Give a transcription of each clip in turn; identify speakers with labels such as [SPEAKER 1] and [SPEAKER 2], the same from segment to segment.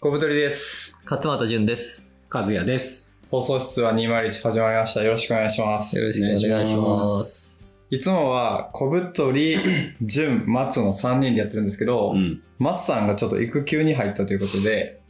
[SPEAKER 1] 小太りです。
[SPEAKER 2] 勝俣淳です。
[SPEAKER 3] 和也です。
[SPEAKER 1] 放送室は201始まりました。よろしくお願いします。
[SPEAKER 2] よろしくお願いします。
[SPEAKER 3] す。
[SPEAKER 1] いつもは小太り、 淳、松の3人でやってるんですけど、
[SPEAKER 3] うん。
[SPEAKER 1] 松さんがちょっと育休に入ったということで、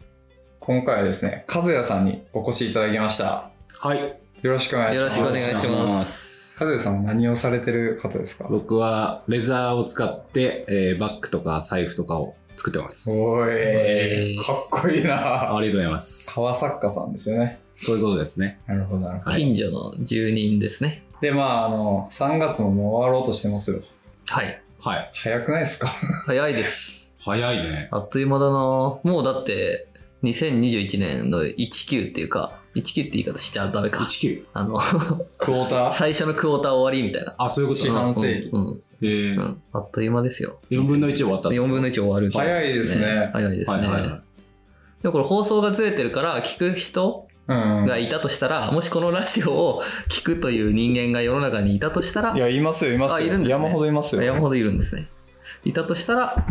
[SPEAKER 1] 今回はですね、和也さんにお越しいただきました。
[SPEAKER 3] はい。
[SPEAKER 1] よろしくお願いし
[SPEAKER 2] よ
[SPEAKER 1] ま
[SPEAKER 2] ろし
[SPEAKER 1] す。
[SPEAKER 2] くお願いします。
[SPEAKER 3] す。
[SPEAKER 1] 和也さんは何をされてる方ですか
[SPEAKER 3] 僕はレザーを使って、えーバッグとか財布とかを作ってます。
[SPEAKER 1] おい
[SPEAKER 2] え、ー
[SPEAKER 1] かっこいいな
[SPEAKER 3] ありがとうございます。
[SPEAKER 1] 川作家さんですよね。
[SPEAKER 3] そういうことですね。
[SPEAKER 1] なるほど、なるほど。
[SPEAKER 3] はい
[SPEAKER 2] 近所の住人ですね。
[SPEAKER 1] で、まあ、あの、3月ももう終わろうとしてますよ。
[SPEAKER 2] はい。
[SPEAKER 3] はい。
[SPEAKER 1] 早くないですか
[SPEAKER 2] 早いです。
[SPEAKER 3] 早いね。
[SPEAKER 2] あっという間だなもうだって、2021年の19っていうか、19って言い方しちゃダメか。
[SPEAKER 3] 19。
[SPEAKER 2] あの、
[SPEAKER 1] クォーター
[SPEAKER 2] 最初のクォーター終わりみたいな。
[SPEAKER 3] あ、そういうこと
[SPEAKER 1] 四
[SPEAKER 3] か。
[SPEAKER 1] 半世紀
[SPEAKER 2] うんうん
[SPEAKER 3] え
[SPEAKER 2] う
[SPEAKER 3] ー、
[SPEAKER 2] んあっという間ですよ。
[SPEAKER 3] 4分の1終わった。
[SPEAKER 2] 4分の1終わる。
[SPEAKER 1] 早いですね
[SPEAKER 2] 早いです
[SPEAKER 3] はいはいは
[SPEAKER 2] ね。
[SPEAKER 3] い。
[SPEAKER 2] でもこれ放送がずれてるから、聞く人
[SPEAKER 1] うん。
[SPEAKER 2] がいたとしたら、もしこのラジオを聞くという人間が世の中にいたとしたら
[SPEAKER 1] い、や、いますよ、いますよ。
[SPEAKER 2] あいるんですね
[SPEAKER 1] 山ほどいますよ。
[SPEAKER 2] 山ほどいるんですね。いたとしたら、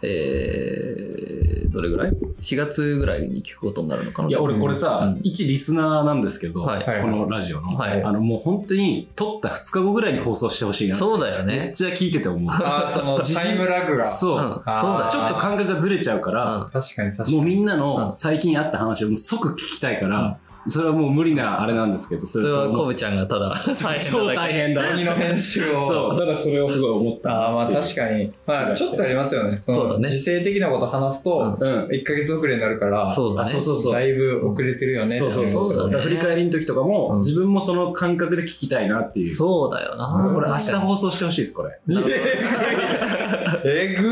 [SPEAKER 2] えー、どれぐらい ?4 月ぐらいに聞くことになるのかな。
[SPEAKER 3] いや、俺これ
[SPEAKER 2] う
[SPEAKER 3] さ
[SPEAKER 2] ん、
[SPEAKER 3] 一リスナーなんですけど、
[SPEAKER 2] はい
[SPEAKER 1] はい
[SPEAKER 3] このラジオの、
[SPEAKER 2] はい
[SPEAKER 3] あの、もう本当に撮った2日後ぐらいに放送してほしいな。
[SPEAKER 2] そうだよ
[SPEAKER 3] めっ
[SPEAKER 2] ね。
[SPEAKER 3] ちゃ聞いてて 思う。
[SPEAKER 1] あーその
[SPEAKER 3] 時事
[SPEAKER 1] タイムラグが。
[SPEAKER 2] う
[SPEAKER 3] そ
[SPEAKER 2] ん、そ。
[SPEAKER 3] う
[SPEAKER 2] う
[SPEAKER 1] あー
[SPEAKER 2] だよね
[SPEAKER 3] ちょっと感覚がずれちゃうから、
[SPEAKER 2] うん
[SPEAKER 1] 確かに確かに。
[SPEAKER 3] もうみんな
[SPEAKER 2] うん
[SPEAKER 3] の最近あった話をもう即聞きたいから、それはもう無理なあれなんですけど、そ
[SPEAKER 2] そ
[SPEAKER 3] れ
[SPEAKER 2] れは
[SPEAKER 3] はそ
[SPEAKER 2] コ
[SPEAKER 3] う
[SPEAKER 2] ブちゃんがただ、最初
[SPEAKER 3] 超大変だ。
[SPEAKER 1] 鬼の編集 を。
[SPEAKER 3] そう、だからそれをすごい思った
[SPEAKER 1] ああ、まあ確
[SPEAKER 3] か
[SPEAKER 1] かに。まあちょっとありますよね。そ
[SPEAKER 2] そうだ
[SPEAKER 1] の、
[SPEAKER 2] ね
[SPEAKER 1] 時勢的なこと話すと、
[SPEAKER 3] に。うん。
[SPEAKER 1] 1ヶ月遅れになるから、
[SPEAKER 2] そうだね。
[SPEAKER 3] あそうそうそう
[SPEAKER 1] だいぶ遅れてるよね。
[SPEAKER 3] そうそうそう。
[SPEAKER 2] そうだね
[SPEAKER 3] だから振り返りの時とかも、
[SPEAKER 2] うん
[SPEAKER 3] 自分もその感覚で聞きたいなっていう。
[SPEAKER 2] そうだよな。
[SPEAKER 3] これ明日放送してほしいです、これ。
[SPEAKER 1] えぐ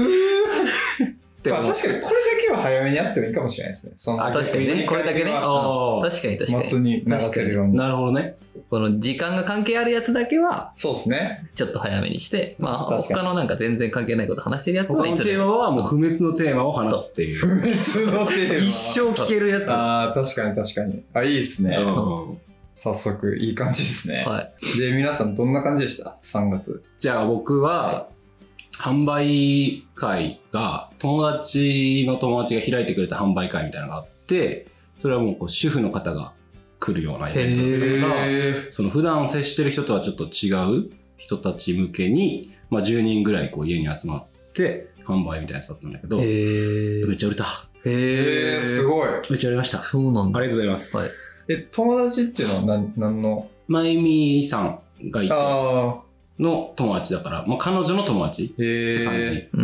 [SPEAKER 1] ー。
[SPEAKER 3] で
[SPEAKER 1] まあ
[SPEAKER 3] も
[SPEAKER 1] 確かにこれだけは早めにやってもいいかもしれないですね。その
[SPEAKER 3] あ
[SPEAKER 2] 確かにね、これだけね。
[SPEAKER 1] あ
[SPEAKER 3] あー
[SPEAKER 2] 確かに確か
[SPEAKER 1] 末
[SPEAKER 2] に。
[SPEAKER 1] に流せるように。
[SPEAKER 3] なるほどね。
[SPEAKER 2] この時間が関係あるやつだけは、
[SPEAKER 1] そうですね。
[SPEAKER 2] ちょっと早めにして、まあ、
[SPEAKER 1] 確かに
[SPEAKER 2] 他のなんか全然関係ないこと話してるやつは
[SPEAKER 3] 他
[SPEAKER 2] い
[SPEAKER 3] の
[SPEAKER 2] つ
[SPEAKER 3] テ
[SPEAKER 2] で
[SPEAKER 3] ーマ
[SPEAKER 2] も。
[SPEAKER 3] はもう不滅のテーマを話すっていう。
[SPEAKER 1] 不滅のテーマ。
[SPEAKER 3] 一生聞けるやつ。
[SPEAKER 1] ああ、確かに確かに。あ、いいですね。
[SPEAKER 3] うん
[SPEAKER 1] 早速、いい感じですね。
[SPEAKER 2] はい。
[SPEAKER 1] で、皆さんどんな感じでした ?3 月。
[SPEAKER 3] じゃあ僕は、販売会が、友達の友達が開いてくれた販売会みたいなのがあって、それはもうこう主婦の方が来るようなイベントだったからその普段接してる人とはちょっと違う人たち向けに、まあ、10人ぐらいこう家に集まって、販売みたいなやつだったんだけど、
[SPEAKER 2] へ
[SPEAKER 3] めっちゃ売れた。
[SPEAKER 2] え。へ
[SPEAKER 1] えー、すごい。
[SPEAKER 3] めっちゃ売れました。あ
[SPEAKER 2] そうなんだ。
[SPEAKER 3] りがとうございます。
[SPEAKER 2] はい
[SPEAKER 1] え、友達っていうのは何何の
[SPEAKER 3] まゆみさんがいて
[SPEAKER 1] ああ、
[SPEAKER 3] の友達だから、まあ、彼女の友達
[SPEAKER 1] へ
[SPEAKER 3] って感じ。
[SPEAKER 1] え。
[SPEAKER 2] うー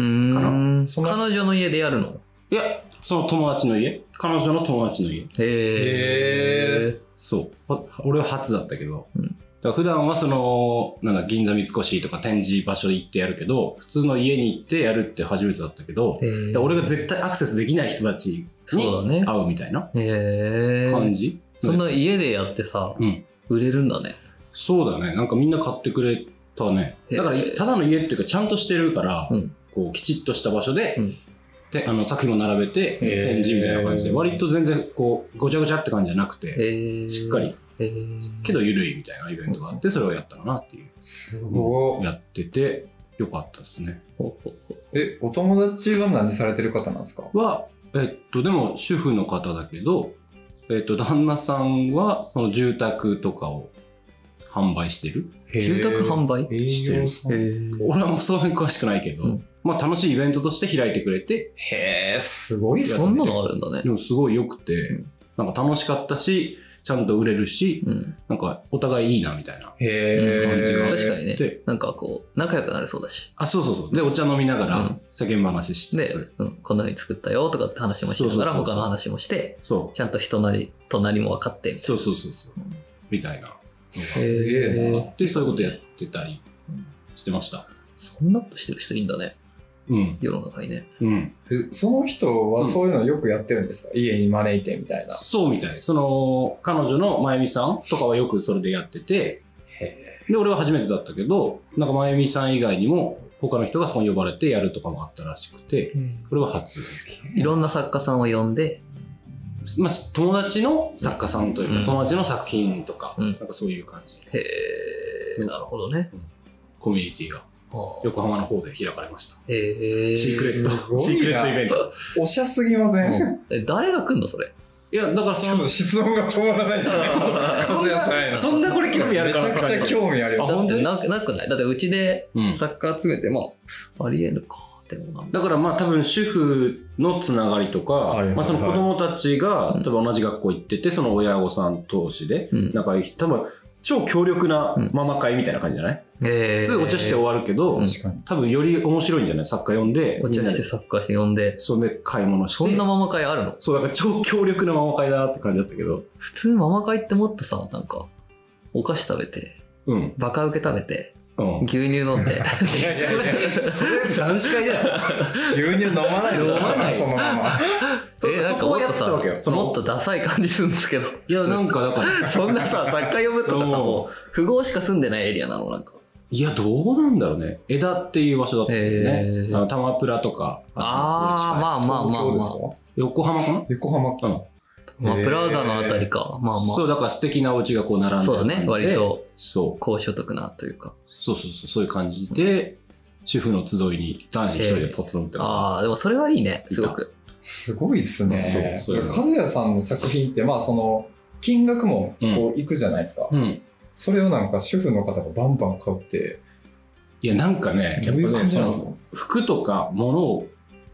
[SPEAKER 2] ん。
[SPEAKER 1] そんな
[SPEAKER 2] 彼女の家でやるの
[SPEAKER 3] いや、その友達の家。彼女の友達の家。
[SPEAKER 2] へえ。
[SPEAKER 3] そう。は俺は初だったけど。
[SPEAKER 2] うん
[SPEAKER 3] だから普段はその、なんだ、銀座三越とか展示場所行ってやるけど、普通の家に行ってやるって初めてだったけど、
[SPEAKER 2] へー
[SPEAKER 3] だから俺が絶対アクセスできない人たち
[SPEAKER 2] そうだね
[SPEAKER 3] に会うみたいな
[SPEAKER 2] へ
[SPEAKER 3] 感
[SPEAKER 2] え。
[SPEAKER 3] じ。
[SPEAKER 2] そんな家でやってさ、
[SPEAKER 3] うん
[SPEAKER 2] 売れるんだね。
[SPEAKER 3] そうだね。なんかみんな買ってくれたね。
[SPEAKER 2] へー
[SPEAKER 3] だから、ただの家っていうか、ちゃんとしてるから、
[SPEAKER 2] うん
[SPEAKER 3] こう、きちっとした場所で、
[SPEAKER 2] うん
[SPEAKER 3] であの作品を並べて
[SPEAKER 1] へー
[SPEAKER 3] 展示みたいな感じで割と全然こうごちゃごちゃって感じじゃなくて
[SPEAKER 2] へえ。
[SPEAKER 3] しっかり
[SPEAKER 2] へー。
[SPEAKER 3] けど緩いみたいなイベントがあってそれをやったかなっていう
[SPEAKER 1] すごい。
[SPEAKER 3] やっててよかったですね
[SPEAKER 2] ほうほうほ
[SPEAKER 1] え、お友達は何されてる方なんですか
[SPEAKER 3] はえっとでも主婦の方だけどえっと旦那さんはその住宅とかを販売してる
[SPEAKER 2] う住宅販売
[SPEAKER 1] 営業さん。
[SPEAKER 2] へー
[SPEAKER 3] 俺はもうその辺詳しくないけど、
[SPEAKER 2] うん
[SPEAKER 3] まあ楽しいイベントとして開いてくれて
[SPEAKER 1] へえ、すごいっすね。
[SPEAKER 2] そんなのあるんだ
[SPEAKER 3] で
[SPEAKER 2] ね。
[SPEAKER 3] もすごい良くて、
[SPEAKER 2] う
[SPEAKER 3] なんか楽しかったしちゃんと売れるし
[SPEAKER 2] うん。
[SPEAKER 3] なんかお互いいいなみたいな
[SPEAKER 1] へ
[SPEAKER 3] う
[SPEAKER 1] え。
[SPEAKER 3] ん
[SPEAKER 2] 確かにね
[SPEAKER 3] で。
[SPEAKER 2] なんかこう、仲良くなれそうだし。
[SPEAKER 3] あそうそうそうでお茶飲みなが
[SPEAKER 2] う
[SPEAKER 3] ら
[SPEAKER 2] ん
[SPEAKER 3] 世間話しつ
[SPEAKER 2] で
[SPEAKER 3] つ、、
[SPEAKER 2] うん、こんな風に作ったよとかって話もしながら、
[SPEAKER 3] そうそうそうそ
[SPEAKER 2] 他
[SPEAKER 3] う
[SPEAKER 2] の話もして、
[SPEAKER 3] そ
[SPEAKER 2] ちゃんと人なり、隣も分かって
[SPEAKER 3] う。そうそうそうそうみたいな
[SPEAKER 1] すげえな。
[SPEAKER 3] でそういうことやってたりしてました。
[SPEAKER 2] そんなことしてる人いいんだね、
[SPEAKER 3] うん。
[SPEAKER 2] 世の中にね。
[SPEAKER 3] うん。
[SPEAKER 1] えその人はそういうのよくやってるんですか、家に招いてみたいな。
[SPEAKER 3] そうみたい。その、彼女のまゆみさんとかはよくそれでやってて、で、俺は初めてだったけど、なんかまゆみさん以外にも、他の人がそこに呼ばれてやるとかもあったらしくて、これは初。
[SPEAKER 2] いろんな作家さんを呼んで、
[SPEAKER 3] まあ、友達の作家さんというか、
[SPEAKER 2] うん
[SPEAKER 3] 友達の作品とか、
[SPEAKER 2] うん
[SPEAKER 3] なんかそういう感じ。
[SPEAKER 2] へー、なるほどね。
[SPEAKER 3] コミュニティが横浜の方で開かれました。
[SPEAKER 2] えー、
[SPEAKER 3] シークレッ
[SPEAKER 1] すごい
[SPEAKER 3] ト。
[SPEAKER 1] な
[SPEAKER 3] シークレットイベント。
[SPEAKER 1] おしゃすぎません、
[SPEAKER 2] え誰が来んのそれ
[SPEAKER 3] いや、だから
[SPEAKER 1] ち
[SPEAKER 3] そ
[SPEAKER 1] ょっ
[SPEAKER 3] の
[SPEAKER 1] と、質問が止まらないですね
[SPEAKER 2] だ
[SPEAKER 1] 和也さんやな
[SPEAKER 3] そんなこれ興味あるから
[SPEAKER 1] めちゃくちゃ興味あるよ
[SPEAKER 3] あ
[SPEAKER 2] ってなくなくないだってうちで
[SPEAKER 3] うん
[SPEAKER 2] サッカー集めても、ありえるかでもなんだ
[SPEAKER 3] だからまあ多分主婦のつながりとか、
[SPEAKER 1] はいはい
[SPEAKER 3] まあ、その子供たちが
[SPEAKER 2] う
[SPEAKER 3] 例
[SPEAKER 2] ん
[SPEAKER 3] えば同じ学校行っててその親御さん同士で
[SPEAKER 2] うん
[SPEAKER 3] 仲いい人多分超強力な
[SPEAKER 2] うん
[SPEAKER 3] ママ会みたいな感じじゃない、
[SPEAKER 2] えー
[SPEAKER 3] 普通お茶して終わるけど、
[SPEAKER 2] うん
[SPEAKER 1] 確かに
[SPEAKER 3] 多分より面白いんじゃない作家読んで
[SPEAKER 2] お茶
[SPEAKER 3] みんな
[SPEAKER 2] し
[SPEAKER 3] で
[SPEAKER 2] てサッカー呼んで
[SPEAKER 3] そんで買い物して
[SPEAKER 2] そんなママ会あるの
[SPEAKER 3] そうだから超強力なママ会だって感じだったけど
[SPEAKER 2] 普通ママ会ってもっとさなんかお菓子食べて
[SPEAKER 3] うん
[SPEAKER 2] バカウケ食べて
[SPEAKER 3] うん
[SPEAKER 2] 牛乳飲んで
[SPEAKER 1] いやいやいや
[SPEAKER 3] それ男子会じゃない
[SPEAKER 1] 牛乳飲まないでしょ
[SPEAKER 3] 飲まない
[SPEAKER 1] そのまま
[SPEAKER 3] そ
[SPEAKER 2] えなんかもっと
[SPEAKER 3] そこはやってたわけよ
[SPEAKER 2] さ
[SPEAKER 3] その
[SPEAKER 2] もっとダサい感じするんですけど
[SPEAKER 3] いやなんかだか ら
[SPEAKER 2] そんなさサッカー呼ぶとかさ
[SPEAKER 3] うん
[SPEAKER 2] もう富豪しか住んでないエリアなのなんか
[SPEAKER 3] いやどうなんだろうね枝っていう場所だったよね、
[SPEAKER 2] へー
[SPEAKER 3] あのタマプラとか
[SPEAKER 2] ああまあまあま
[SPEAKER 1] 東京
[SPEAKER 2] あま
[SPEAKER 1] で
[SPEAKER 2] あ
[SPEAKER 1] すか
[SPEAKER 3] 横浜かな
[SPEAKER 1] 横浜か、
[SPEAKER 2] まあ、
[SPEAKER 1] へー
[SPEAKER 2] プラザのあたりか。まあまあ。
[SPEAKER 3] そうだから素敵なお家がこう並んで
[SPEAKER 2] そ
[SPEAKER 3] る
[SPEAKER 2] うだね
[SPEAKER 3] 感じで
[SPEAKER 2] 割と
[SPEAKER 3] そう
[SPEAKER 2] 高所得なというか。
[SPEAKER 3] そうそうそうそういう感じで、主婦の集いに男子一人でポツンって、
[SPEAKER 2] ああ、でもそれはいいね、すごく。
[SPEAKER 1] すごいっすね
[SPEAKER 3] そうそう
[SPEAKER 1] 和也さんの作品ってまあその金額もこういくじゃないですか、
[SPEAKER 3] うん
[SPEAKER 1] それをなんか主婦の方がバンバン買うって
[SPEAKER 3] いやなんかね
[SPEAKER 1] どういう感じなんです
[SPEAKER 3] そ
[SPEAKER 1] か
[SPEAKER 3] の服とか物を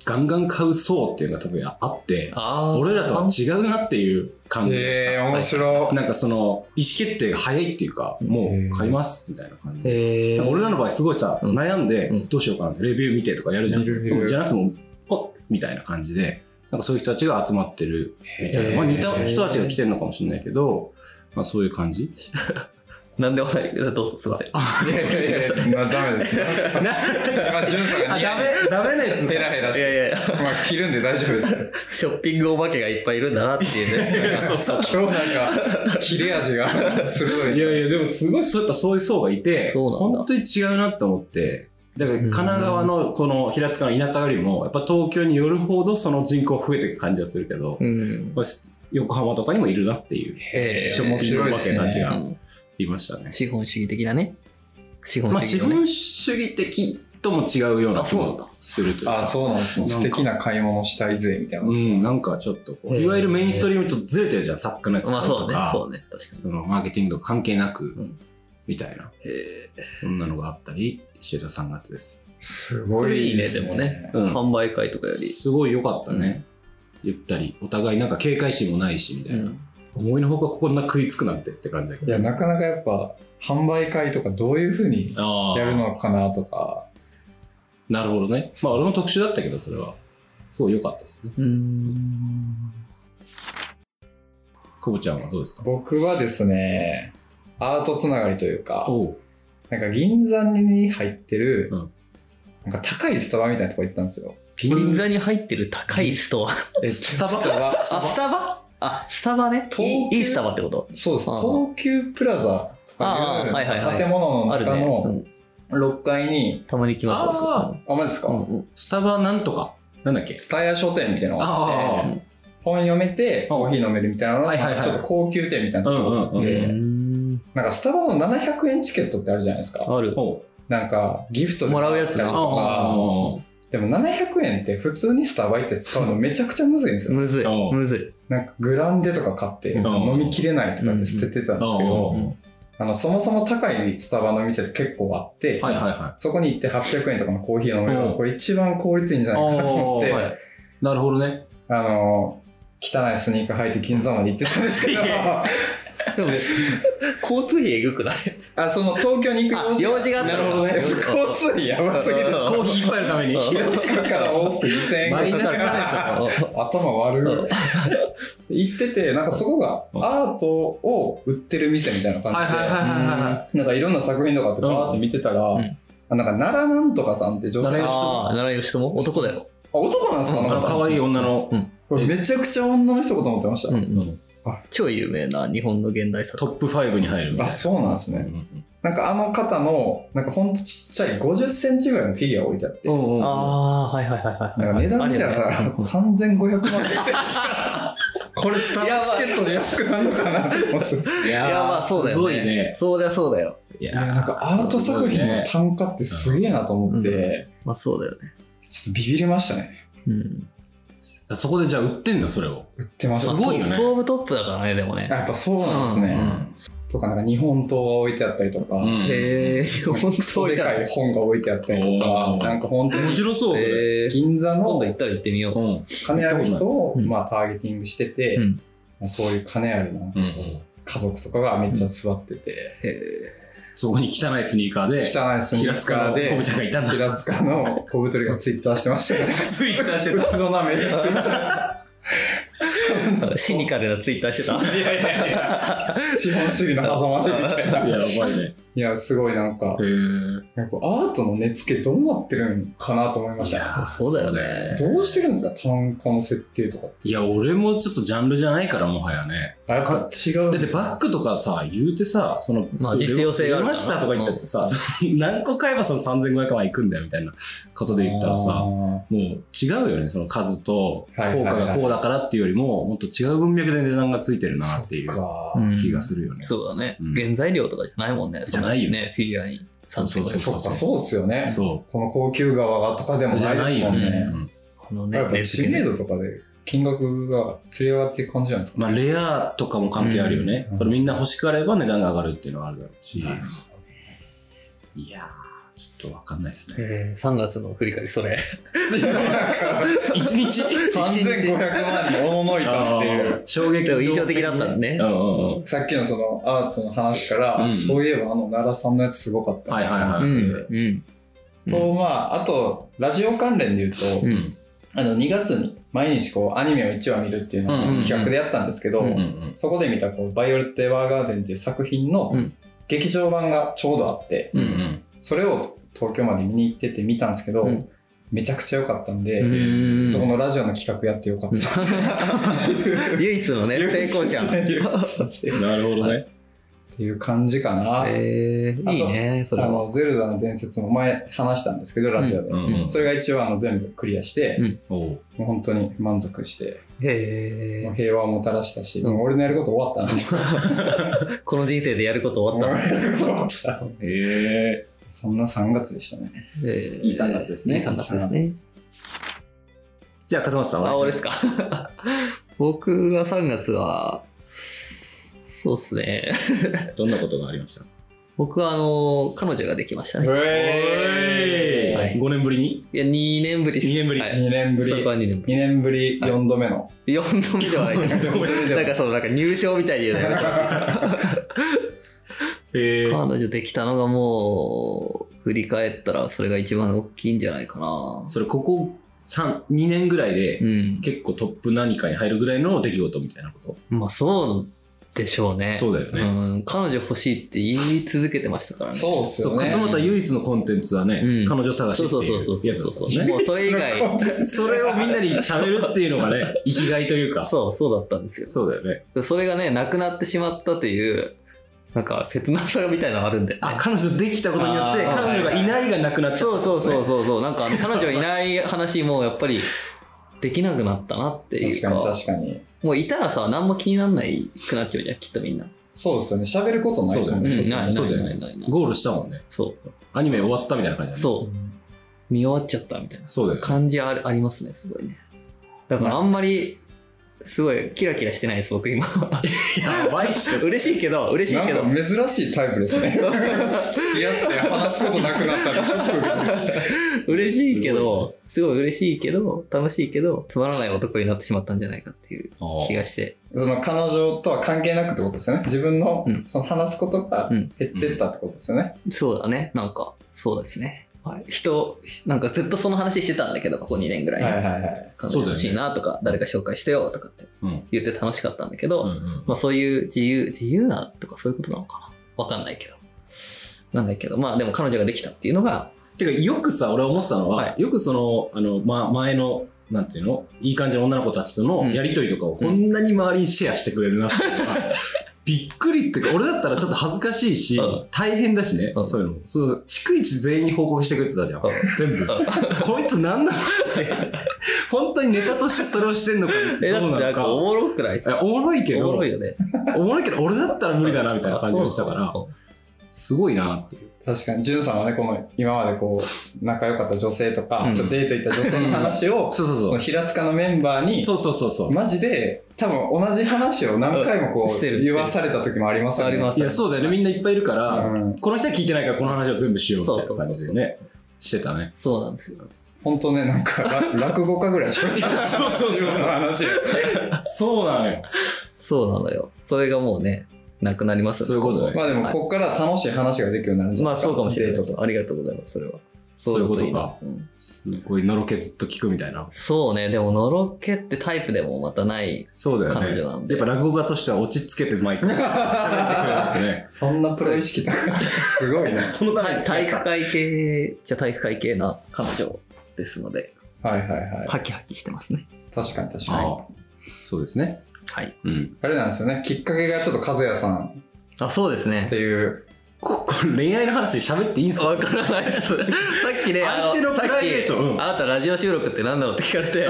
[SPEAKER 3] ガンガン買う層っていうのが多分あって
[SPEAKER 2] ああ。
[SPEAKER 3] 俺らとは違うなっていう感じでした、
[SPEAKER 1] えー、面白
[SPEAKER 3] なんかその意思決定が早いっていうかもう買いますみたいな感じで
[SPEAKER 2] へえ。
[SPEAKER 3] 俺らの場合すごいさ、
[SPEAKER 2] うん
[SPEAKER 3] 悩んで
[SPEAKER 2] うん
[SPEAKER 3] どうしようかなってレビュー見てとかやるじゃん、
[SPEAKER 1] 見る見る
[SPEAKER 3] うんじゃなくてもおっみたいな感じでなんかそういう人たちが集まってるみたいな、まあ、
[SPEAKER 1] へー
[SPEAKER 3] 似た人たちが来てるのかもしれないけど、まあ、そういう感じ
[SPEAKER 2] なんでもないけど、どうぞ、すいません。
[SPEAKER 1] いやいやいや、まあ、ダメです ね
[SPEAKER 3] あ
[SPEAKER 1] まあ、ジュンさんが似合い
[SPEAKER 3] ダメなや
[SPEAKER 1] ヘラヘラし
[SPEAKER 2] い
[SPEAKER 1] て
[SPEAKER 2] やいやいや、
[SPEAKER 1] まあ、着るんで大丈夫ですよ
[SPEAKER 2] ショッピングお化けがいっぱいいるんだなって いうね。
[SPEAKER 3] そうそう
[SPEAKER 1] 今日なんか切れ味が 鋭い
[SPEAKER 3] いやいやでもすごいそうやっぱそういう層がいて
[SPEAKER 2] そうなんだ
[SPEAKER 3] 本当に違うなと思ってだから神奈川のこの平塚の田舎よりもやっぱ東京によるほどその人口増えていく感じがするけど、
[SPEAKER 2] うん。
[SPEAKER 3] まあ横浜とかにもいるなっていう
[SPEAKER 1] へー
[SPEAKER 3] 面
[SPEAKER 1] 面白
[SPEAKER 3] 白
[SPEAKER 1] い
[SPEAKER 3] い
[SPEAKER 1] で
[SPEAKER 3] わ
[SPEAKER 1] す
[SPEAKER 3] け
[SPEAKER 1] ね
[SPEAKER 3] たちが
[SPEAKER 2] うん
[SPEAKER 3] いましたね。
[SPEAKER 2] 資本主義的だね。資本
[SPEAKER 3] まあ、
[SPEAKER 2] 主
[SPEAKER 3] 資
[SPEAKER 2] 義のね。
[SPEAKER 3] 本主義的とも違うような
[SPEAKER 2] あそうなんだ
[SPEAKER 3] するというか
[SPEAKER 1] あそうなんですね
[SPEAKER 3] なん
[SPEAKER 1] 素
[SPEAKER 3] か
[SPEAKER 1] 敵な買い物したいぜみたいな、
[SPEAKER 3] うん、なんかちょっとこう
[SPEAKER 2] へー
[SPEAKER 3] いわゆるメインストリームとずれてるじゃん作家のやつとか、
[SPEAKER 2] まあそうだね、そうだね、確かに。
[SPEAKER 3] そのマーケティングと関係なく、
[SPEAKER 2] ん
[SPEAKER 3] みたいな
[SPEAKER 2] へえ。
[SPEAKER 3] そんなのがあったりしてた3月です、
[SPEAKER 1] す
[SPEAKER 2] そ
[SPEAKER 1] ご
[SPEAKER 2] れ
[SPEAKER 1] い
[SPEAKER 2] いい
[SPEAKER 1] で
[SPEAKER 2] ね、
[SPEAKER 1] す
[SPEAKER 2] で
[SPEAKER 1] ね
[SPEAKER 2] もね。
[SPEAKER 3] うん
[SPEAKER 2] 販売会とかより。
[SPEAKER 3] すごい良かったね、ゆったりお互いなんか警戒心もないしみた
[SPEAKER 2] う
[SPEAKER 3] いな、
[SPEAKER 2] ん。
[SPEAKER 3] 思いのほかこんな食いつくなんてって感じだけ
[SPEAKER 1] い
[SPEAKER 3] ど
[SPEAKER 1] やなかなかやっぱ販売会とかどういうふうに
[SPEAKER 3] ああ
[SPEAKER 1] やるのかなとか
[SPEAKER 3] なるほどねまあ俺も特殊だったけどそれはすごい良かったですね
[SPEAKER 2] うん。
[SPEAKER 3] 久保ちゃんはどうですか
[SPEAKER 1] 僕はですねアートつながりというか
[SPEAKER 3] おう
[SPEAKER 1] なんか銀座に入ってる、
[SPEAKER 3] うん
[SPEAKER 1] なんか高いスタバみたいなとこ行ったんですよ
[SPEAKER 2] 銀座に入ってる高いストア
[SPEAKER 1] え
[SPEAKER 3] スタバ
[SPEAKER 1] スタバ
[SPEAKER 2] あ、スタバあ、スタバね。い
[SPEAKER 1] 東急
[SPEAKER 2] いいいスタバってこと
[SPEAKER 1] そうです
[SPEAKER 2] ああ
[SPEAKER 1] 東急プラザとかい
[SPEAKER 2] ああはいはいは
[SPEAKER 1] う
[SPEAKER 2] い
[SPEAKER 1] 建物の
[SPEAKER 2] ある
[SPEAKER 1] 中
[SPEAKER 2] ね、う
[SPEAKER 1] の
[SPEAKER 2] ん。
[SPEAKER 1] 6階に
[SPEAKER 2] たまに来ます僕
[SPEAKER 3] あ
[SPEAKER 1] あマジですか、
[SPEAKER 2] うんうん
[SPEAKER 3] スタバなんとかなんだっけ
[SPEAKER 1] スタヤ書店みたいなのがあっ
[SPEAKER 2] あ
[SPEAKER 1] て本読めてコーヒー飲めるみたいなのが
[SPEAKER 3] はいはいはい
[SPEAKER 1] ちょっと高級店みたいなとこがあって、
[SPEAKER 3] うんうん
[SPEAKER 2] うーん
[SPEAKER 1] なんかスタバの700円チケットってあるじゃないですか
[SPEAKER 2] ある。
[SPEAKER 3] おう
[SPEAKER 1] なんかギフトで
[SPEAKER 2] もらうやつ
[SPEAKER 1] 買
[SPEAKER 2] な
[SPEAKER 1] ったりと
[SPEAKER 3] あ
[SPEAKER 1] か
[SPEAKER 3] ー
[SPEAKER 1] でも700円って普通にスタバ行って使うのめちゃくちゃむずいんですよ
[SPEAKER 2] むずい、
[SPEAKER 3] うん
[SPEAKER 2] むず
[SPEAKER 1] なんかグランデとか買って
[SPEAKER 2] うん
[SPEAKER 1] 飲みきれないとかって捨ててたんですけ
[SPEAKER 3] う
[SPEAKER 1] ど
[SPEAKER 2] ん
[SPEAKER 1] あのそもそも高いスタバの店って結構あって
[SPEAKER 3] はいはいは
[SPEAKER 1] そこに行って800円とかのコーヒー飲めるの
[SPEAKER 3] う
[SPEAKER 1] が
[SPEAKER 3] ん
[SPEAKER 1] これ一番効率いいんじゃないかなと思っ
[SPEAKER 3] あ
[SPEAKER 1] て
[SPEAKER 3] ー
[SPEAKER 2] はい
[SPEAKER 3] い。なるほどね。
[SPEAKER 1] あの汚いスニーカー履いて銀座まで行ってたんですけど
[SPEAKER 2] いやい。 でも、交通費えぐくない
[SPEAKER 1] あその東京に行
[SPEAKER 2] あ
[SPEAKER 1] く、用
[SPEAKER 2] 用
[SPEAKER 1] 事
[SPEAKER 2] 事があったのか
[SPEAKER 3] なる
[SPEAKER 1] 交通費やばすぎる
[SPEAKER 2] うん
[SPEAKER 3] コーヒーいっぱいのために。
[SPEAKER 2] うん
[SPEAKER 1] 広島から往復2000円
[SPEAKER 3] マイ
[SPEAKER 1] か
[SPEAKER 3] ナス
[SPEAKER 1] かる
[SPEAKER 3] だ
[SPEAKER 2] うん
[SPEAKER 1] 頭悪い行っててなんかそこが
[SPEAKER 3] うん
[SPEAKER 1] アートを売ってる店みたいな
[SPEAKER 3] は
[SPEAKER 1] 感
[SPEAKER 3] い
[SPEAKER 1] じ
[SPEAKER 3] はいはいはいは
[SPEAKER 1] でなんかいろんな作品とかってバーって見てたら、
[SPEAKER 2] うん
[SPEAKER 1] あなんか奈良なんとかさんって女性の人
[SPEAKER 2] あ
[SPEAKER 1] あ
[SPEAKER 2] あ、奈良吉友男だよ。
[SPEAKER 1] 男なんですか
[SPEAKER 3] い。あ
[SPEAKER 1] なん
[SPEAKER 3] の
[SPEAKER 1] か
[SPEAKER 3] 可愛い女の
[SPEAKER 2] うん
[SPEAKER 1] これめちゃくちゃ女の人かと思ってました、
[SPEAKER 2] うんうん超有名な日本の現代作
[SPEAKER 3] ト
[SPEAKER 2] 家。
[SPEAKER 3] ップ5に入る。
[SPEAKER 1] あそうなんです
[SPEAKER 3] う
[SPEAKER 1] ね
[SPEAKER 3] ん
[SPEAKER 1] なんかあの方のなんかほんとちっちゃい5 0センチぐらいのフィギュア置いてあって、
[SPEAKER 3] うんうん。
[SPEAKER 2] ああ、はいはいはいはい
[SPEAKER 1] なんか
[SPEAKER 2] は
[SPEAKER 1] 値
[SPEAKER 2] い。
[SPEAKER 1] 段見たら
[SPEAKER 2] あるよね
[SPEAKER 1] 3500万円
[SPEAKER 2] これスタ
[SPEAKER 1] い
[SPEAKER 2] バ
[SPEAKER 1] やチケットで安くなるのかなと思ってたんです
[SPEAKER 3] い
[SPEAKER 2] いやまあそうだよね
[SPEAKER 3] すごいね。
[SPEAKER 2] そうだそうだよ
[SPEAKER 3] いや
[SPEAKER 1] いやなんかアート作品の単価ってすげえなと思って、
[SPEAKER 2] すごいまあそうだよね。
[SPEAKER 1] ちょっとビビりましたね
[SPEAKER 2] うん。
[SPEAKER 3] そこでじゃあ売ってんだそれを
[SPEAKER 1] 売ってまし
[SPEAKER 3] す
[SPEAKER 1] た
[SPEAKER 3] ごいよね
[SPEAKER 2] トップトップだからね、で
[SPEAKER 1] あ
[SPEAKER 2] もね。
[SPEAKER 1] やっぱそうなんですね、
[SPEAKER 2] うん
[SPEAKER 1] とかなんか日本刀が置いてあったりとか、
[SPEAKER 3] うん
[SPEAKER 2] へえ、本
[SPEAKER 1] クソ
[SPEAKER 2] 当
[SPEAKER 1] で
[SPEAKER 2] だ
[SPEAKER 1] かい本が置いてあったりとか
[SPEAKER 3] おー
[SPEAKER 1] なんか本当
[SPEAKER 3] 面
[SPEAKER 1] に
[SPEAKER 3] 白そうそれ、
[SPEAKER 2] えー
[SPEAKER 1] 銀座
[SPEAKER 2] 今度
[SPEAKER 1] の
[SPEAKER 2] 行ったら行ってみよう。
[SPEAKER 3] うん
[SPEAKER 1] 金ある人を、
[SPEAKER 2] うん
[SPEAKER 1] まあ、ターゲティングしてて、
[SPEAKER 2] うん
[SPEAKER 1] まあ、そういう金あるな
[SPEAKER 3] うんうん、
[SPEAKER 1] 家族とかがめっちゃ座ってて、
[SPEAKER 2] へえ。
[SPEAKER 3] そこに汚いスニーカーで
[SPEAKER 1] 汚いスニ
[SPEAKER 3] 平
[SPEAKER 1] ー
[SPEAKER 3] 塚
[SPEAKER 1] カー
[SPEAKER 3] の
[SPEAKER 1] で
[SPEAKER 3] コブちゃんがいたんだ
[SPEAKER 1] 平塚の小太りがツイッターしてましたよね
[SPEAKER 3] ツイッターして
[SPEAKER 1] うつのなめでツイッタ
[SPEAKER 2] シニカルなツイッターしてた。
[SPEAKER 3] たいやいやいや
[SPEAKER 1] ー 資本主義の狭間でみたいない
[SPEAKER 3] ややばいね
[SPEAKER 1] いやすごいなんか
[SPEAKER 3] へー
[SPEAKER 1] なんかアートの値付けどうなってるんかなと思いまし
[SPEAKER 3] いや
[SPEAKER 1] た
[SPEAKER 3] ー
[SPEAKER 2] そうだよね
[SPEAKER 1] どうしてるんですか単価の設定とか
[SPEAKER 3] いや俺もちょっとジャンルじゃないからもはやね
[SPEAKER 1] あやっぱ違う
[SPEAKER 3] だってバッグとかさ言うてさその、
[SPEAKER 2] まあ実用性がある
[SPEAKER 3] 売れましたとか言ったってさ、
[SPEAKER 2] うん
[SPEAKER 3] その 何個買えばその3500万いくんだよみたいなことで言ったら
[SPEAKER 1] あ
[SPEAKER 3] さ
[SPEAKER 1] ー
[SPEAKER 3] もう違うよねその数と
[SPEAKER 1] はい
[SPEAKER 3] 効果がこうだからっていうよりももっと違う文脈で値段がついてるなってい
[SPEAKER 1] そっ
[SPEAKER 3] う
[SPEAKER 1] か
[SPEAKER 2] うん
[SPEAKER 3] 気がするよね、
[SPEAKER 2] そうだね、
[SPEAKER 3] うん
[SPEAKER 2] 原材料とかじゃないもんね。
[SPEAKER 3] じゃないよ
[SPEAKER 2] ね、フィギュアに。
[SPEAKER 3] そうそうそう
[SPEAKER 1] そっかそうっすよね
[SPEAKER 3] そ
[SPEAKER 1] この高級川がとかでも
[SPEAKER 3] うじゃ
[SPEAKER 1] な
[SPEAKER 3] ない
[SPEAKER 1] で
[SPEAKER 3] い
[SPEAKER 1] す
[SPEAKER 3] よ
[SPEAKER 1] もん
[SPEAKER 3] ね、
[SPEAKER 1] ね
[SPEAKER 3] うん
[SPEAKER 2] このね
[SPEAKER 1] やっ、ぱ知名度とかで金額が釣り上がっていく感じなんですか
[SPEAKER 3] まあ、レアとかも関係あるよね、
[SPEAKER 1] うん
[SPEAKER 3] それみんな欲しがれば値段が上がるっていうのはあるだろうし、いやーちょっとわかんな いですね
[SPEAKER 2] えー、3月の振り返り、そ れ。
[SPEAKER 3] 一 日
[SPEAKER 1] 3500万におののいたっていう
[SPEAKER 3] 衝撃
[SPEAKER 2] でも印象的だったの
[SPEAKER 3] う
[SPEAKER 2] ね
[SPEAKER 3] んう。んうん
[SPEAKER 1] さっきのそのアートの話から、
[SPEAKER 3] うん
[SPEAKER 1] そういえばあの奈良さんのやつすごかった
[SPEAKER 3] はいはいは
[SPEAKER 2] う
[SPEAKER 3] い
[SPEAKER 2] ん
[SPEAKER 1] ん。
[SPEAKER 2] うん。
[SPEAKER 1] とまああとラジオ関連で言うと、
[SPEAKER 2] うん
[SPEAKER 1] あの2月に毎日こうアニメを1話見るっていうのを
[SPEAKER 3] うん
[SPEAKER 1] 企画でやったんですけど、
[SPEAKER 2] うん
[SPEAKER 3] うん
[SPEAKER 1] そこで見たこう「バイオレット・エヴァーガーデン」っていう作品の
[SPEAKER 2] うん
[SPEAKER 1] 劇場版がちょうどあって、
[SPEAKER 3] うんうん
[SPEAKER 1] それを東京まで見に行ってて見たんですけど、
[SPEAKER 2] うん
[SPEAKER 1] めちゃくちゃ良かったんで、
[SPEAKER 2] うん
[SPEAKER 1] どこのラジオの企画やってよかったな
[SPEAKER 2] 唯一のね、成 功者。
[SPEAKER 1] っ
[SPEAKER 3] なるほどね
[SPEAKER 1] ていう感じかな。
[SPEAKER 2] えー、いいね、それ
[SPEAKER 1] あ
[SPEAKER 2] は。
[SPEAKER 1] の、ゼルダの伝説も前話したんですけど、ラジオで。
[SPEAKER 3] うんうん
[SPEAKER 1] それが一応あの全部クリアして、
[SPEAKER 3] おう
[SPEAKER 1] もう本当に満足して、
[SPEAKER 2] へ
[SPEAKER 1] もう
[SPEAKER 2] え。
[SPEAKER 1] 平和をもたらしたし、
[SPEAKER 2] うん
[SPEAKER 1] もう俺のやること終わったなと
[SPEAKER 2] この人生でやること終
[SPEAKER 1] 思
[SPEAKER 2] わ
[SPEAKER 1] っ
[SPEAKER 2] った。
[SPEAKER 1] た。
[SPEAKER 3] へえ
[SPEAKER 1] そんな3月でしたね。
[SPEAKER 2] えー
[SPEAKER 3] いい三月ですね
[SPEAKER 2] いい3月ですね。
[SPEAKER 3] じゃあ笠松さん
[SPEAKER 2] あ、
[SPEAKER 3] お願
[SPEAKER 2] 俺
[SPEAKER 3] い
[SPEAKER 2] で
[SPEAKER 3] し
[SPEAKER 2] すか。 僕は3月は、そうっすね。
[SPEAKER 3] ますどんなことがありました
[SPEAKER 2] 僕は、あの、彼女ができましたね。
[SPEAKER 1] え
[SPEAKER 2] はい
[SPEAKER 3] 5年ぶりに
[SPEAKER 2] いや、2年ぶりです
[SPEAKER 3] 二年ぶり
[SPEAKER 2] はい、
[SPEAKER 1] 2年ぶり、
[SPEAKER 2] そこは
[SPEAKER 1] 2
[SPEAKER 2] 2年ぶ
[SPEAKER 1] 年ぶり
[SPEAKER 2] り。はい
[SPEAKER 1] 4度目の。
[SPEAKER 2] 4度目ではないけど。なんかその、なんか入賞みたいに言うのやめて
[SPEAKER 3] へ
[SPEAKER 2] 彼女できたのがもう、振り返ったらそれが一番大きいんじゃないかな。
[SPEAKER 3] それここ三二年ぐらいで
[SPEAKER 2] うん。
[SPEAKER 3] 結構トップ何かに入るぐらいの出来事みたいなこと
[SPEAKER 2] まあそうでしょうね。
[SPEAKER 3] そうだよね
[SPEAKER 2] うん。彼女欲しいって言い続けてましたからね。
[SPEAKER 1] そうっす
[SPEAKER 3] そう
[SPEAKER 1] よね。
[SPEAKER 3] 勝俣唯一のコンテンツは
[SPEAKER 2] う
[SPEAKER 3] ね
[SPEAKER 2] ん
[SPEAKER 3] 彼女探し
[SPEAKER 2] そ
[SPEAKER 3] っ
[SPEAKER 2] う
[SPEAKER 3] て
[SPEAKER 2] そうそうそう
[SPEAKER 3] い
[SPEAKER 2] そう
[SPEAKER 3] うやつだ
[SPEAKER 2] そ
[SPEAKER 3] った
[SPEAKER 2] う
[SPEAKER 3] もんね
[SPEAKER 2] もうそれ以 外、
[SPEAKER 3] それをみんなに喋るっていうのがね生きがいというか
[SPEAKER 2] そう、そうだったんですよ。
[SPEAKER 3] そうだよね
[SPEAKER 2] それがね、なくなってしまったという、なんか切なさみたいなのがあるんで、ね。
[SPEAKER 3] あ彼女できたことによって
[SPEAKER 1] あー
[SPEAKER 3] 彼女がいないがなくなっちゃった
[SPEAKER 2] そうそうそう
[SPEAKER 3] う
[SPEAKER 2] そうそう。なんかあの彼女いない話もやっぱりできなくなったなっていう
[SPEAKER 1] 確
[SPEAKER 2] か。
[SPEAKER 1] かに確かに。
[SPEAKER 2] もういたらさ、何も気にならないくなっちゃうじゃん、きっとみんな。
[SPEAKER 1] そうですよね。喋ることないですよ
[SPEAKER 2] う
[SPEAKER 1] ね。
[SPEAKER 2] ん、ない
[SPEAKER 3] そ
[SPEAKER 2] な
[SPEAKER 3] う
[SPEAKER 2] い
[SPEAKER 3] だよ
[SPEAKER 2] な
[SPEAKER 3] ね
[SPEAKER 2] いないない。
[SPEAKER 3] ゴールしたもんね
[SPEAKER 2] そ
[SPEAKER 3] アニメ終わったみたいな感じだ
[SPEAKER 2] う、
[SPEAKER 3] ね
[SPEAKER 2] そう、見終わっちゃったみたいな
[SPEAKER 3] そうだよね
[SPEAKER 2] 感じあるありますね、すごいね。だからあんまり、すごいキラキラしてないです、僕今。
[SPEAKER 3] やばいっしょ
[SPEAKER 2] 嬉しいけど、嬉しいけど。
[SPEAKER 1] なんか珍しいタイプですね。付き合って話すことなくなったらショック受けて
[SPEAKER 2] 嬉しいけど、すごい嬉しいけど、楽しいけど、つまらない男になってしまったんじゃないかっていう
[SPEAKER 3] あ
[SPEAKER 2] 気
[SPEAKER 3] ー
[SPEAKER 2] がして。
[SPEAKER 1] その彼女とは関係なくってことですよね。自分の
[SPEAKER 2] うん
[SPEAKER 1] その話すことが
[SPEAKER 2] うん
[SPEAKER 1] 減ってったってことですよね。
[SPEAKER 2] そうだね、なんか、そうですね。はい、人、なんかずっとその話してたんだけど、ここ2年ぐらいね。
[SPEAKER 1] はいはいはい。
[SPEAKER 2] 彼女欲しいなとか、誰か紹介してよとかって
[SPEAKER 3] うん
[SPEAKER 2] 言って楽しかったんだけど、
[SPEAKER 3] うんうん
[SPEAKER 2] まあ、そういう自由自由なとかそういうことなのかなわかんないけどなんだけどまあでも彼女ができたっていうのが
[SPEAKER 3] てかよくさ俺思ってたのは、
[SPEAKER 2] は
[SPEAKER 3] よくそのあの、ま、前のなんていうのいい感じの女の子たちと
[SPEAKER 2] う
[SPEAKER 3] の
[SPEAKER 2] ん
[SPEAKER 3] やりとりとかをこんなに周りにシェアしてくれるなっていうのが、 びっくりっていうか俺だったらちょっと恥ずかしいし、
[SPEAKER 2] うん
[SPEAKER 3] 大変だしね、
[SPEAKER 2] うん
[SPEAKER 3] そういうのそう逐一全員に報告してくれてたじゃん、
[SPEAKER 2] うん
[SPEAKER 3] 全部こいつなんなのって本当にネタとしてそれをしてんのか
[SPEAKER 2] えだっ
[SPEAKER 3] ど
[SPEAKER 2] てな
[SPEAKER 3] うなんの
[SPEAKER 2] かお
[SPEAKER 3] か
[SPEAKER 2] もろくないです
[SPEAKER 3] いや
[SPEAKER 2] か
[SPEAKER 3] おもろいけ
[SPEAKER 2] おも
[SPEAKER 3] ど
[SPEAKER 2] ろいよね
[SPEAKER 3] おもろいけど俺だったら無理だなみたいな感じ
[SPEAKER 2] あ
[SPEAKER 3] がしたから
[SPEAKER 2] そう
[SPEAKER 3] すごいなっていう。
[SPEAKER 1] 確かに、ジュンさんはね、この今までこう、仲良かった女性とか、
[SPEAKER 2] うん
[SPEAKER 1] ちょっとデート行った女性の話を、
[SPEAKER 3] そうそう
[SPEAKER 1] こ
[SPEAKER 3] そ
[SPEAKER 1] の
[SPEAKER 3] う。
[SPEAKER 1] 平塚のメンバーに、
[SPEAKER 3] そうそうそうそう。
[SPEAKER 1] マジで、多分同じ話を何回もこ
[SPEAKER 2] うん
[SPEAKER 1] う、
[SPEAKER 2] してる
[SPEAKER 1] 言わされた時もありますよね。
[SPEAKER 2] あります
[SPEAKER 3] いや、そうだよね。みんないっぱいいるから、
[SPEAKER 1] うん
[SPEAKER 3] この人は聞いてないからこの話は全部しようみたいな感じでね、してたね。
[SPEAKER 2] そうなんですよ。
[SPEAKER 1] 本当ね、なん か、ら落語家ぐらい喋ってました。
[SPEAKER 3] そうそうそう
[SPEAKER 1] ジュンさんの話。
[SPEAKER 3] そうなのよ。
[SPEAKER 2] そうなのよ。それがもうね、なくなりますよ
[SPEAKER 3] そういうことだね
[SPEAKER 1] まあでも、こっから楽しい話ができるようになるんじゃない
[SPEAKER 2] まあ
[SPEAKER 1] ですか。
[SPEAKER 2] そうかもしれない
[SPEAKER 1] デー
[SPEAKER 2] で
[SPEAKER 1] ト
[SPEAKER 2] す。
[SPEAKER 1] とか。
[SPEAKER 2] ありがとうございます、それは。
[SPEAKER 3] そういうこと
[SPEAKER 2] だ
[SPEAKER 3] か。
[SPEAKER 2] なうん
[SPEAKER 3] すごいのろけずっと聞くみたいな。
[SPEAKER 2] そうね、でも、のろけってタイプでもまたない。
[SPEAKER 3] そうだよ
[SPEAKER 2] 彼
[SPEAKER 3] ね。
[SPEAKER 2] 女な
[SPEAKER 3] や
[SPEAKER 2] んで
[SPEAKER 3] っぱ落語家としては落ち着けてマイク 喋ってくれるってね。
[SPEAKER 1] そんなプロ意識高い。すごいね。
[SPEAKER 3] そのために
[SPEAKER 2] 体育会系、じゃ体育会系な彼女ですので、
[SPEAKER 1] はいはいはい。
[SPEAKER 2] ハキハキしてますね。
[SPEAKER 1] 確かに確かに。
[SPEAKER 3] ああそうですね。
[SPEAKER 2] はい。
[SPEAKER 3] うん。
[SPEAKER 1] あれなんですよね。きっかけがちょっと和也さん
[SPEAKER 2] あ、そうです
[SPEAKER 1] っ
[SPEAKER 2] ね
[SPEAKER 1] て。いう。
[SPEAKER 3] ここれ恋愛の話喋っていいんすか
[SPEAKER 2] わからないです。さっきね、
[SPEAKER 3] 相手の
[SPEAKER 2] さっき
[SPEAKER 3] プライベートうん
[SPEAKER 2] あなたラジオ収録って何だろうって聞かれ て、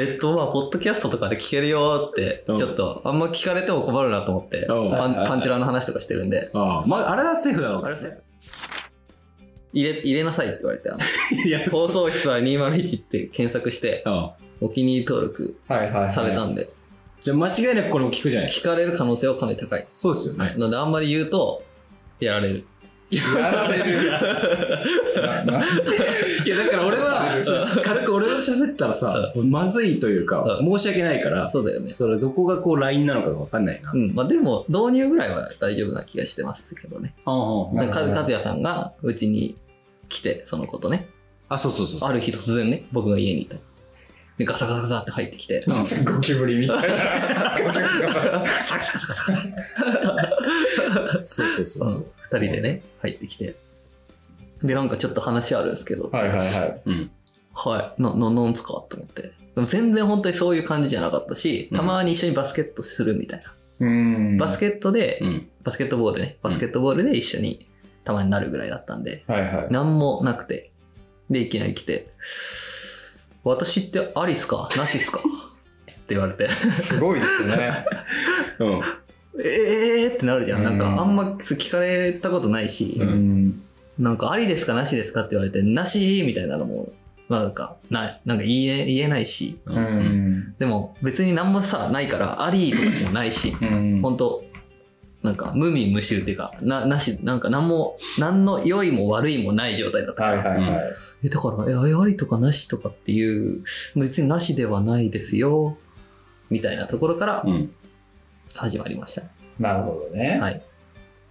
[SPEAKER 2] えっと、まあ、ポッドキャストとかで聞けるよって、
[SPEAKER 3] うん
[SPEAKER 2] ちょっと、あんま聞かれても困るなと思って、
[SPEAKER 3] うん
[SPEAKER 2] パンパンチラの話とかしてるんで、
[SPEAKER 3] ああ、まあ、あれはセーフだろう
[SPEAKER 2] あれですね入れ、入れなさいって言われ て、あの
[SPEAKER 3] いや、そう。
[SPEAKER 2] 放送室は201って検索して、
[SPEAKER 3] ああ
[SPEAKER 2] お気に入り登録
[SPEAKER 1] はいはいはい。
[SPEAKER 2] されたんで、
[SPEAKER 3] じゃあ間違いなくこれも聞くじゃない
[SPEAKER 2] 聞かれる可能性はかなり高い。
[SPEAKER 3] そうですよね。
[SPEAKER 2] ので、あんまり言うと、やられる。
[SPEAKER 1] やられる。なない
[SPEAKER 3] や、だから俺は、
[SPEAKER 1] そ
[SPEAKER 3] 軽く俺を喋ったらさ、まずいというか、
[SPEAKER 2] う
[SPEAKER 3] 申し訳ないから、
[SPEAKER 2] そうだよね。
[SPEAKER 3] それどこがこうラインなのかがわかんないな。
[SPEAKER 2] うん。まあ、でも、導入ぐらいは大丈夫な気がしてますけどね。
[SPEAKER 3] ああ
[SPEAKER 1] な
[SPEAKER 2] な
[SPEAKER 1] るほ
[SPEAKER 2] んか
[SPEAKER 1] ど
[SPEAKER 2] 和和也さんがうちに来て、そのことね。
[SPEAKER 3] あ、そうそうそうそう。
[SPEAKER 2] ある日突然ね、僕が家にいた。で、ガサガサガサって入ってきて、
[SPEAKER 3] うん
[SPEAKER 1] ゴキブリみたいな。
[SPEAKER 3] そうそうそうそう。
[SPEAKER 2] 二人でね、入ってきて。で、なんかちょっと話あるんですけど、
[SPEAKER 1] はいはいはい。
[SPEAKER 3] うん。
[SPEAKER 2] はい、な、な、なんつかと思って。でも全然本当にそういう感じじゃなかったし、たまに一緒にバスケットするみたいな。
[SPEAKER 1] うん。
[SPEAKER 2] バスケットで、
[SPEAKER 3] うん。
[SPEAKER 2] バスケットボールね、バスケットボールで一緒にたまになるぐらいだったんで、
[SPEAKER 1] はいはい。
[SPEAKER 2] なんもなくて。で、いきなり来て、私ってありっすかなしっすかって言われて、
[SPEAKER 1] すごいですね。
[SPEAKER 3] うん。
[SPEAKER 2] えーってなるじゃん。なん
[SPEAKER 1] うん
[SPEAKER 2] かあんま聞かれたことないし
[SPEAKER 1] う、ん。
[SPEAKER 2] なんかありですかなしですかって言われて、なしみたいなのも、なんか、ない、なんか言え言えないし、
[SPEAKER 1] う
[SPEAKER 3] うん。
[SPEAKER 1] ん。
[SPEAKER 2] でも別になんもさ、ないから、ありとかもないし、
[SPEAKER 1] うん。
[SPEAKER 2] ほんと、なんか無味無臭っていうか、な、なし、なんかなんも、なんの良いも悪いもない状態だったか
[SPEAKER 1] はい
[SPEAKER 2] ら。
[SPEAKER 1] はいはい。
[SPEAKER 2] えだから、えあれありとかなしとかっていう、別になしではないですよ、みたいなところから
[SPEAKER 3] うん。
[SPEAKER 2] 始まりました。
[SPEAKER 1] なるほどね。
[SPEAKER 2] はい。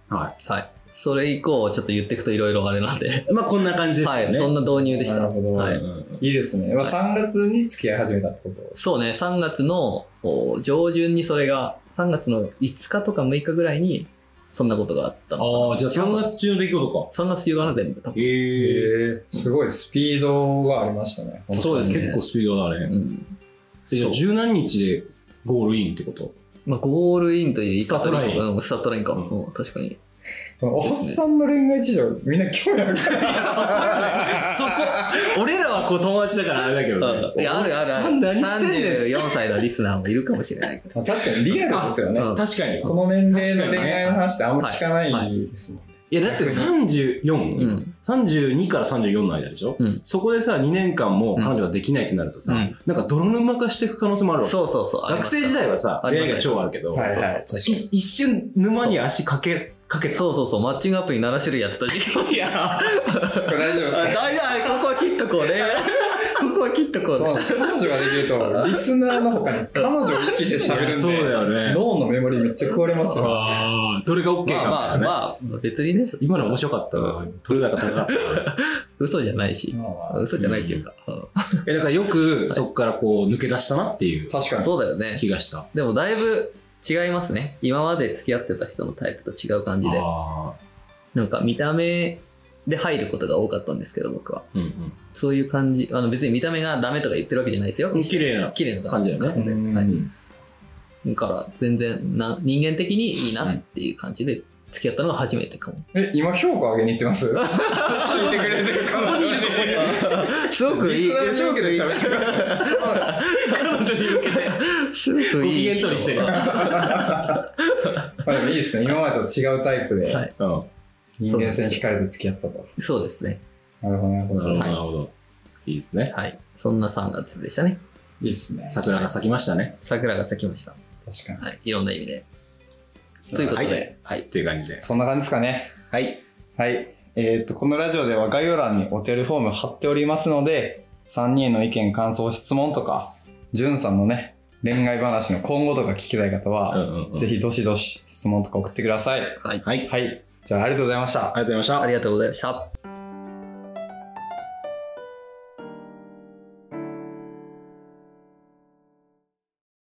[SPEAKER 3] は
[SPEAKER 2] はい。それ以降、ちょっと言っていくといろいろあれなんで、
[SPEAKER 3] い。まあ、こんな感じです
[SPEAKER 2] は
[SPEAKER 3] よ
[SPEAKER 2] い、
[SPEAKER 3] ね。
[SPEAKER 2] そんな導入でし
[SPEAKER 1] な
[SPEAKER 2] た
[SPEAKER 1] る。ほど。
[SPEAKER 2] はいい、
[SPEAKER 1] いですね。まあ3月に付き合い始めたってこと
[SPEAKER 2] そうね、3月のお上旬にそれが、3月の5日とか6日ぐらいに、そんなことがあったの。
[SPEAKER 3] ああ、じゃあ3月中の出来事か。
[SPEAKER 2] 3月中かな、全部。多分
[SPEAKER 3] ええ。
[SPEAKER 1] へえ。すごいスピードがありましたね。
[SPEAKER 3] そうですね。結構スピードだね。
[SPEAKER 2] うん。
[SPEAKER 3] じゃあ
[SPEAKER 2] そう
[SPEAKER 3] 十何日でゴールインってこと
[SPEAKER 2] まあ、ゴールインという言い方
[SPEAKER 3] スタートライン
[SPEAKER 2] でいいのかうん、スタートラインか。
[SPEAKER 3] うん
[SPEAKER 2] うん、確かに。
[SPEAKER 1] おっさんの恋愛事情、みんな興味あるから。
[SPEAKER 3] そこ、俺らはこう友達だからあれだけど
[SPEAKER 2] い
[SPEAKER 3] ね。
[SPEAKER 2] や、あるあるあ
[SPEAKER 3] おっさ
[SPEAKER 2] る。
[SPEAKER 3] ん何してんねん。
[SPEAKER 2] 34歳のリスナーもいるかもしれ ないけど。
[SPEAKER 1] まあ確かにリアルですよね。
[SPEAKER 2] うん
[SPEAKER 3] 確かに。
[SPEAKER 1] この年齢の恋愛の話ってあんま聞かないですもんね。
[SPEAKER 3] いや、だって
[SPEAKER 2] う
[SPEAKER 3] 34?32
[SPEAKER 2] ん。
[SPEAKER 3] から34の間でしょ
[SPEAKER 2] うん
[SPEAKER 3] そこでさ、2年間も彼女ができないってなるとさ
[SPEAKER 2] うん、
[SPEAKER 3] なんか泥沼化していく可能性もあるわけ。
[SPEAKER 2] そうそうそう。
[SPEAKER 3] 学生時代はさ、
[SPEAKER 2] あ
[SPEAKER 3] 出
[SPEAKER 2] りま
[SPEAKER 3] 会
[SPEAKER 2] す
[SPEAKER 3] いが超あるけど、
[SPEAKER 1] はいはい
[SPEAKER 2] そう
[SPEAKER 3] い一瞬沼に足かけ、かけた。
[SPEAKER 2] そうそうそう、マッチングアプリ7種類やってた時 期。
[SPEAKER 3] いや、
[SPEAKER 1] これ大丈夫ですか
[SPEAKER 2] あ大丈夫、ここは切っとこう ね。ここは切っとこう
[SPEAKER 1] そう
[SPEAKER 2] ね。
[SPEAKER 1] 彼女ができると、リスナーの他に彼女を意識して喋るんで、
[SPEAKER 3] そうだよね。
[SPEAKER 1] 脳のメモリーめっちゃ食われますよ。
[SPEAKER 3] あーどれが OK
[SPEAKER 2] まあ
[SPEAKER 3] か
[SPEAKER 2] まあまあ、別にね、
[SPEAKER 3] 今の面白かったな。取れ高高か ったな。
[SPEAKER 2] 嘘じゃないし。
[SPEAKER 1] まあ
[SPEAKER 2] 嘘じゃないっていうか。う
[SPEAKER 3] え、だからよくそこからこう抜け出したなっていう
[SPEAKER 1] 確か
[SPEAKER 2] ん
[SPEAKER 1] に。
[SPEAKER 2] そうだよね。
[SPEAKER 3] 気がした。
[SPEAKER 2] でもだいぶ違いますね。今まで付き合ってた人のタイプと違う感じで。
[SPEAKER 3] あ
[SPEAKER 2] なんか見た目で入ることが多かったんですけど、僕は。
[SPEAKER 3] ーうん
[SPEAKER 2] そういう感じ。あの別に見た目がダメとか言ってるわけじゃないですよ
[SPEAKER 3] うん。。綺麗な。
[SPEAKER 2] 綺麗な
[SPEAKER 3] 感じだよね
[SPEAKER 2] 方で
[SPEAKER 1] うん
[SPEAKER 2] は
[SPEAKER 3] う
[SPEAKER 2] い
[SPEAKER 3] ん
[SPEAKER 2] だから全然な人間的にいいなっていう感じで付き合ったのが初めてかも。
[SPEAKER 1] え、今評価上げに行ってます 聞いてくれてるかもしれない。
[SPEAKER 2] すごくいい。
[SPEAKER 1] リスナー評価で喋ってくださ い。
[SPEAKER 3] 彼女に向けて。
[SPEAKER 2] すごくいい。
[SPEAKER 3] ご機嫌取りしてる
[SPEAKER 1] まあでもいいですね。今までと違うタイプで
[SPEAKER 2] はい
[SPEAKER 3] うん。
[SPEAKER 1] 人間性に惹かれて付き合ったと。
[SPEAKER 2] そうですね。
[SPEAKER 1] なるほど、なるほ
[SPEAKER 3] なるほど、
[SPEAKER 1] ど。
[SPEAKER 3] なるほど。いいですね。
[SPEAKER 2] はい。そんな3月でしたね。
[SPEAKER 1] いいですね。
[SPEAKER 3] 桜が咲きましたね。
[SPEAKER 2] 桜が咲きました。
[SPEAKER 1] 確かに。
[SPEAKER 2] はい。いろんな意味で。ということで、はい。
[SPEAKER 3] っていう感じで。
[SPEAKER 1] そんな感じですかね。
[SPEAKER 3] はい。
[SPEAKER 1] はい。えーっと、このラジオでは概要欄にお手入れフォーム貼っておりますので、3人への意見、感想、質問とか、じゅんさんのね、恋愛話の今後とか聞きたい方
[SPEAKER 3] う
[SPEAKER 1] は、
[SPEAKER 3] んうんうん。
[SPEAKER 1] ぜ。ひどしどし質問とか送ってください。
[SPEAKER 3] はい。ありがとう
[SPEAKER 1] はい。じゃあ、ありがとうございました。
[SPEAKER 3] ございました
[SPEAKER 2] あ。りがとうございました。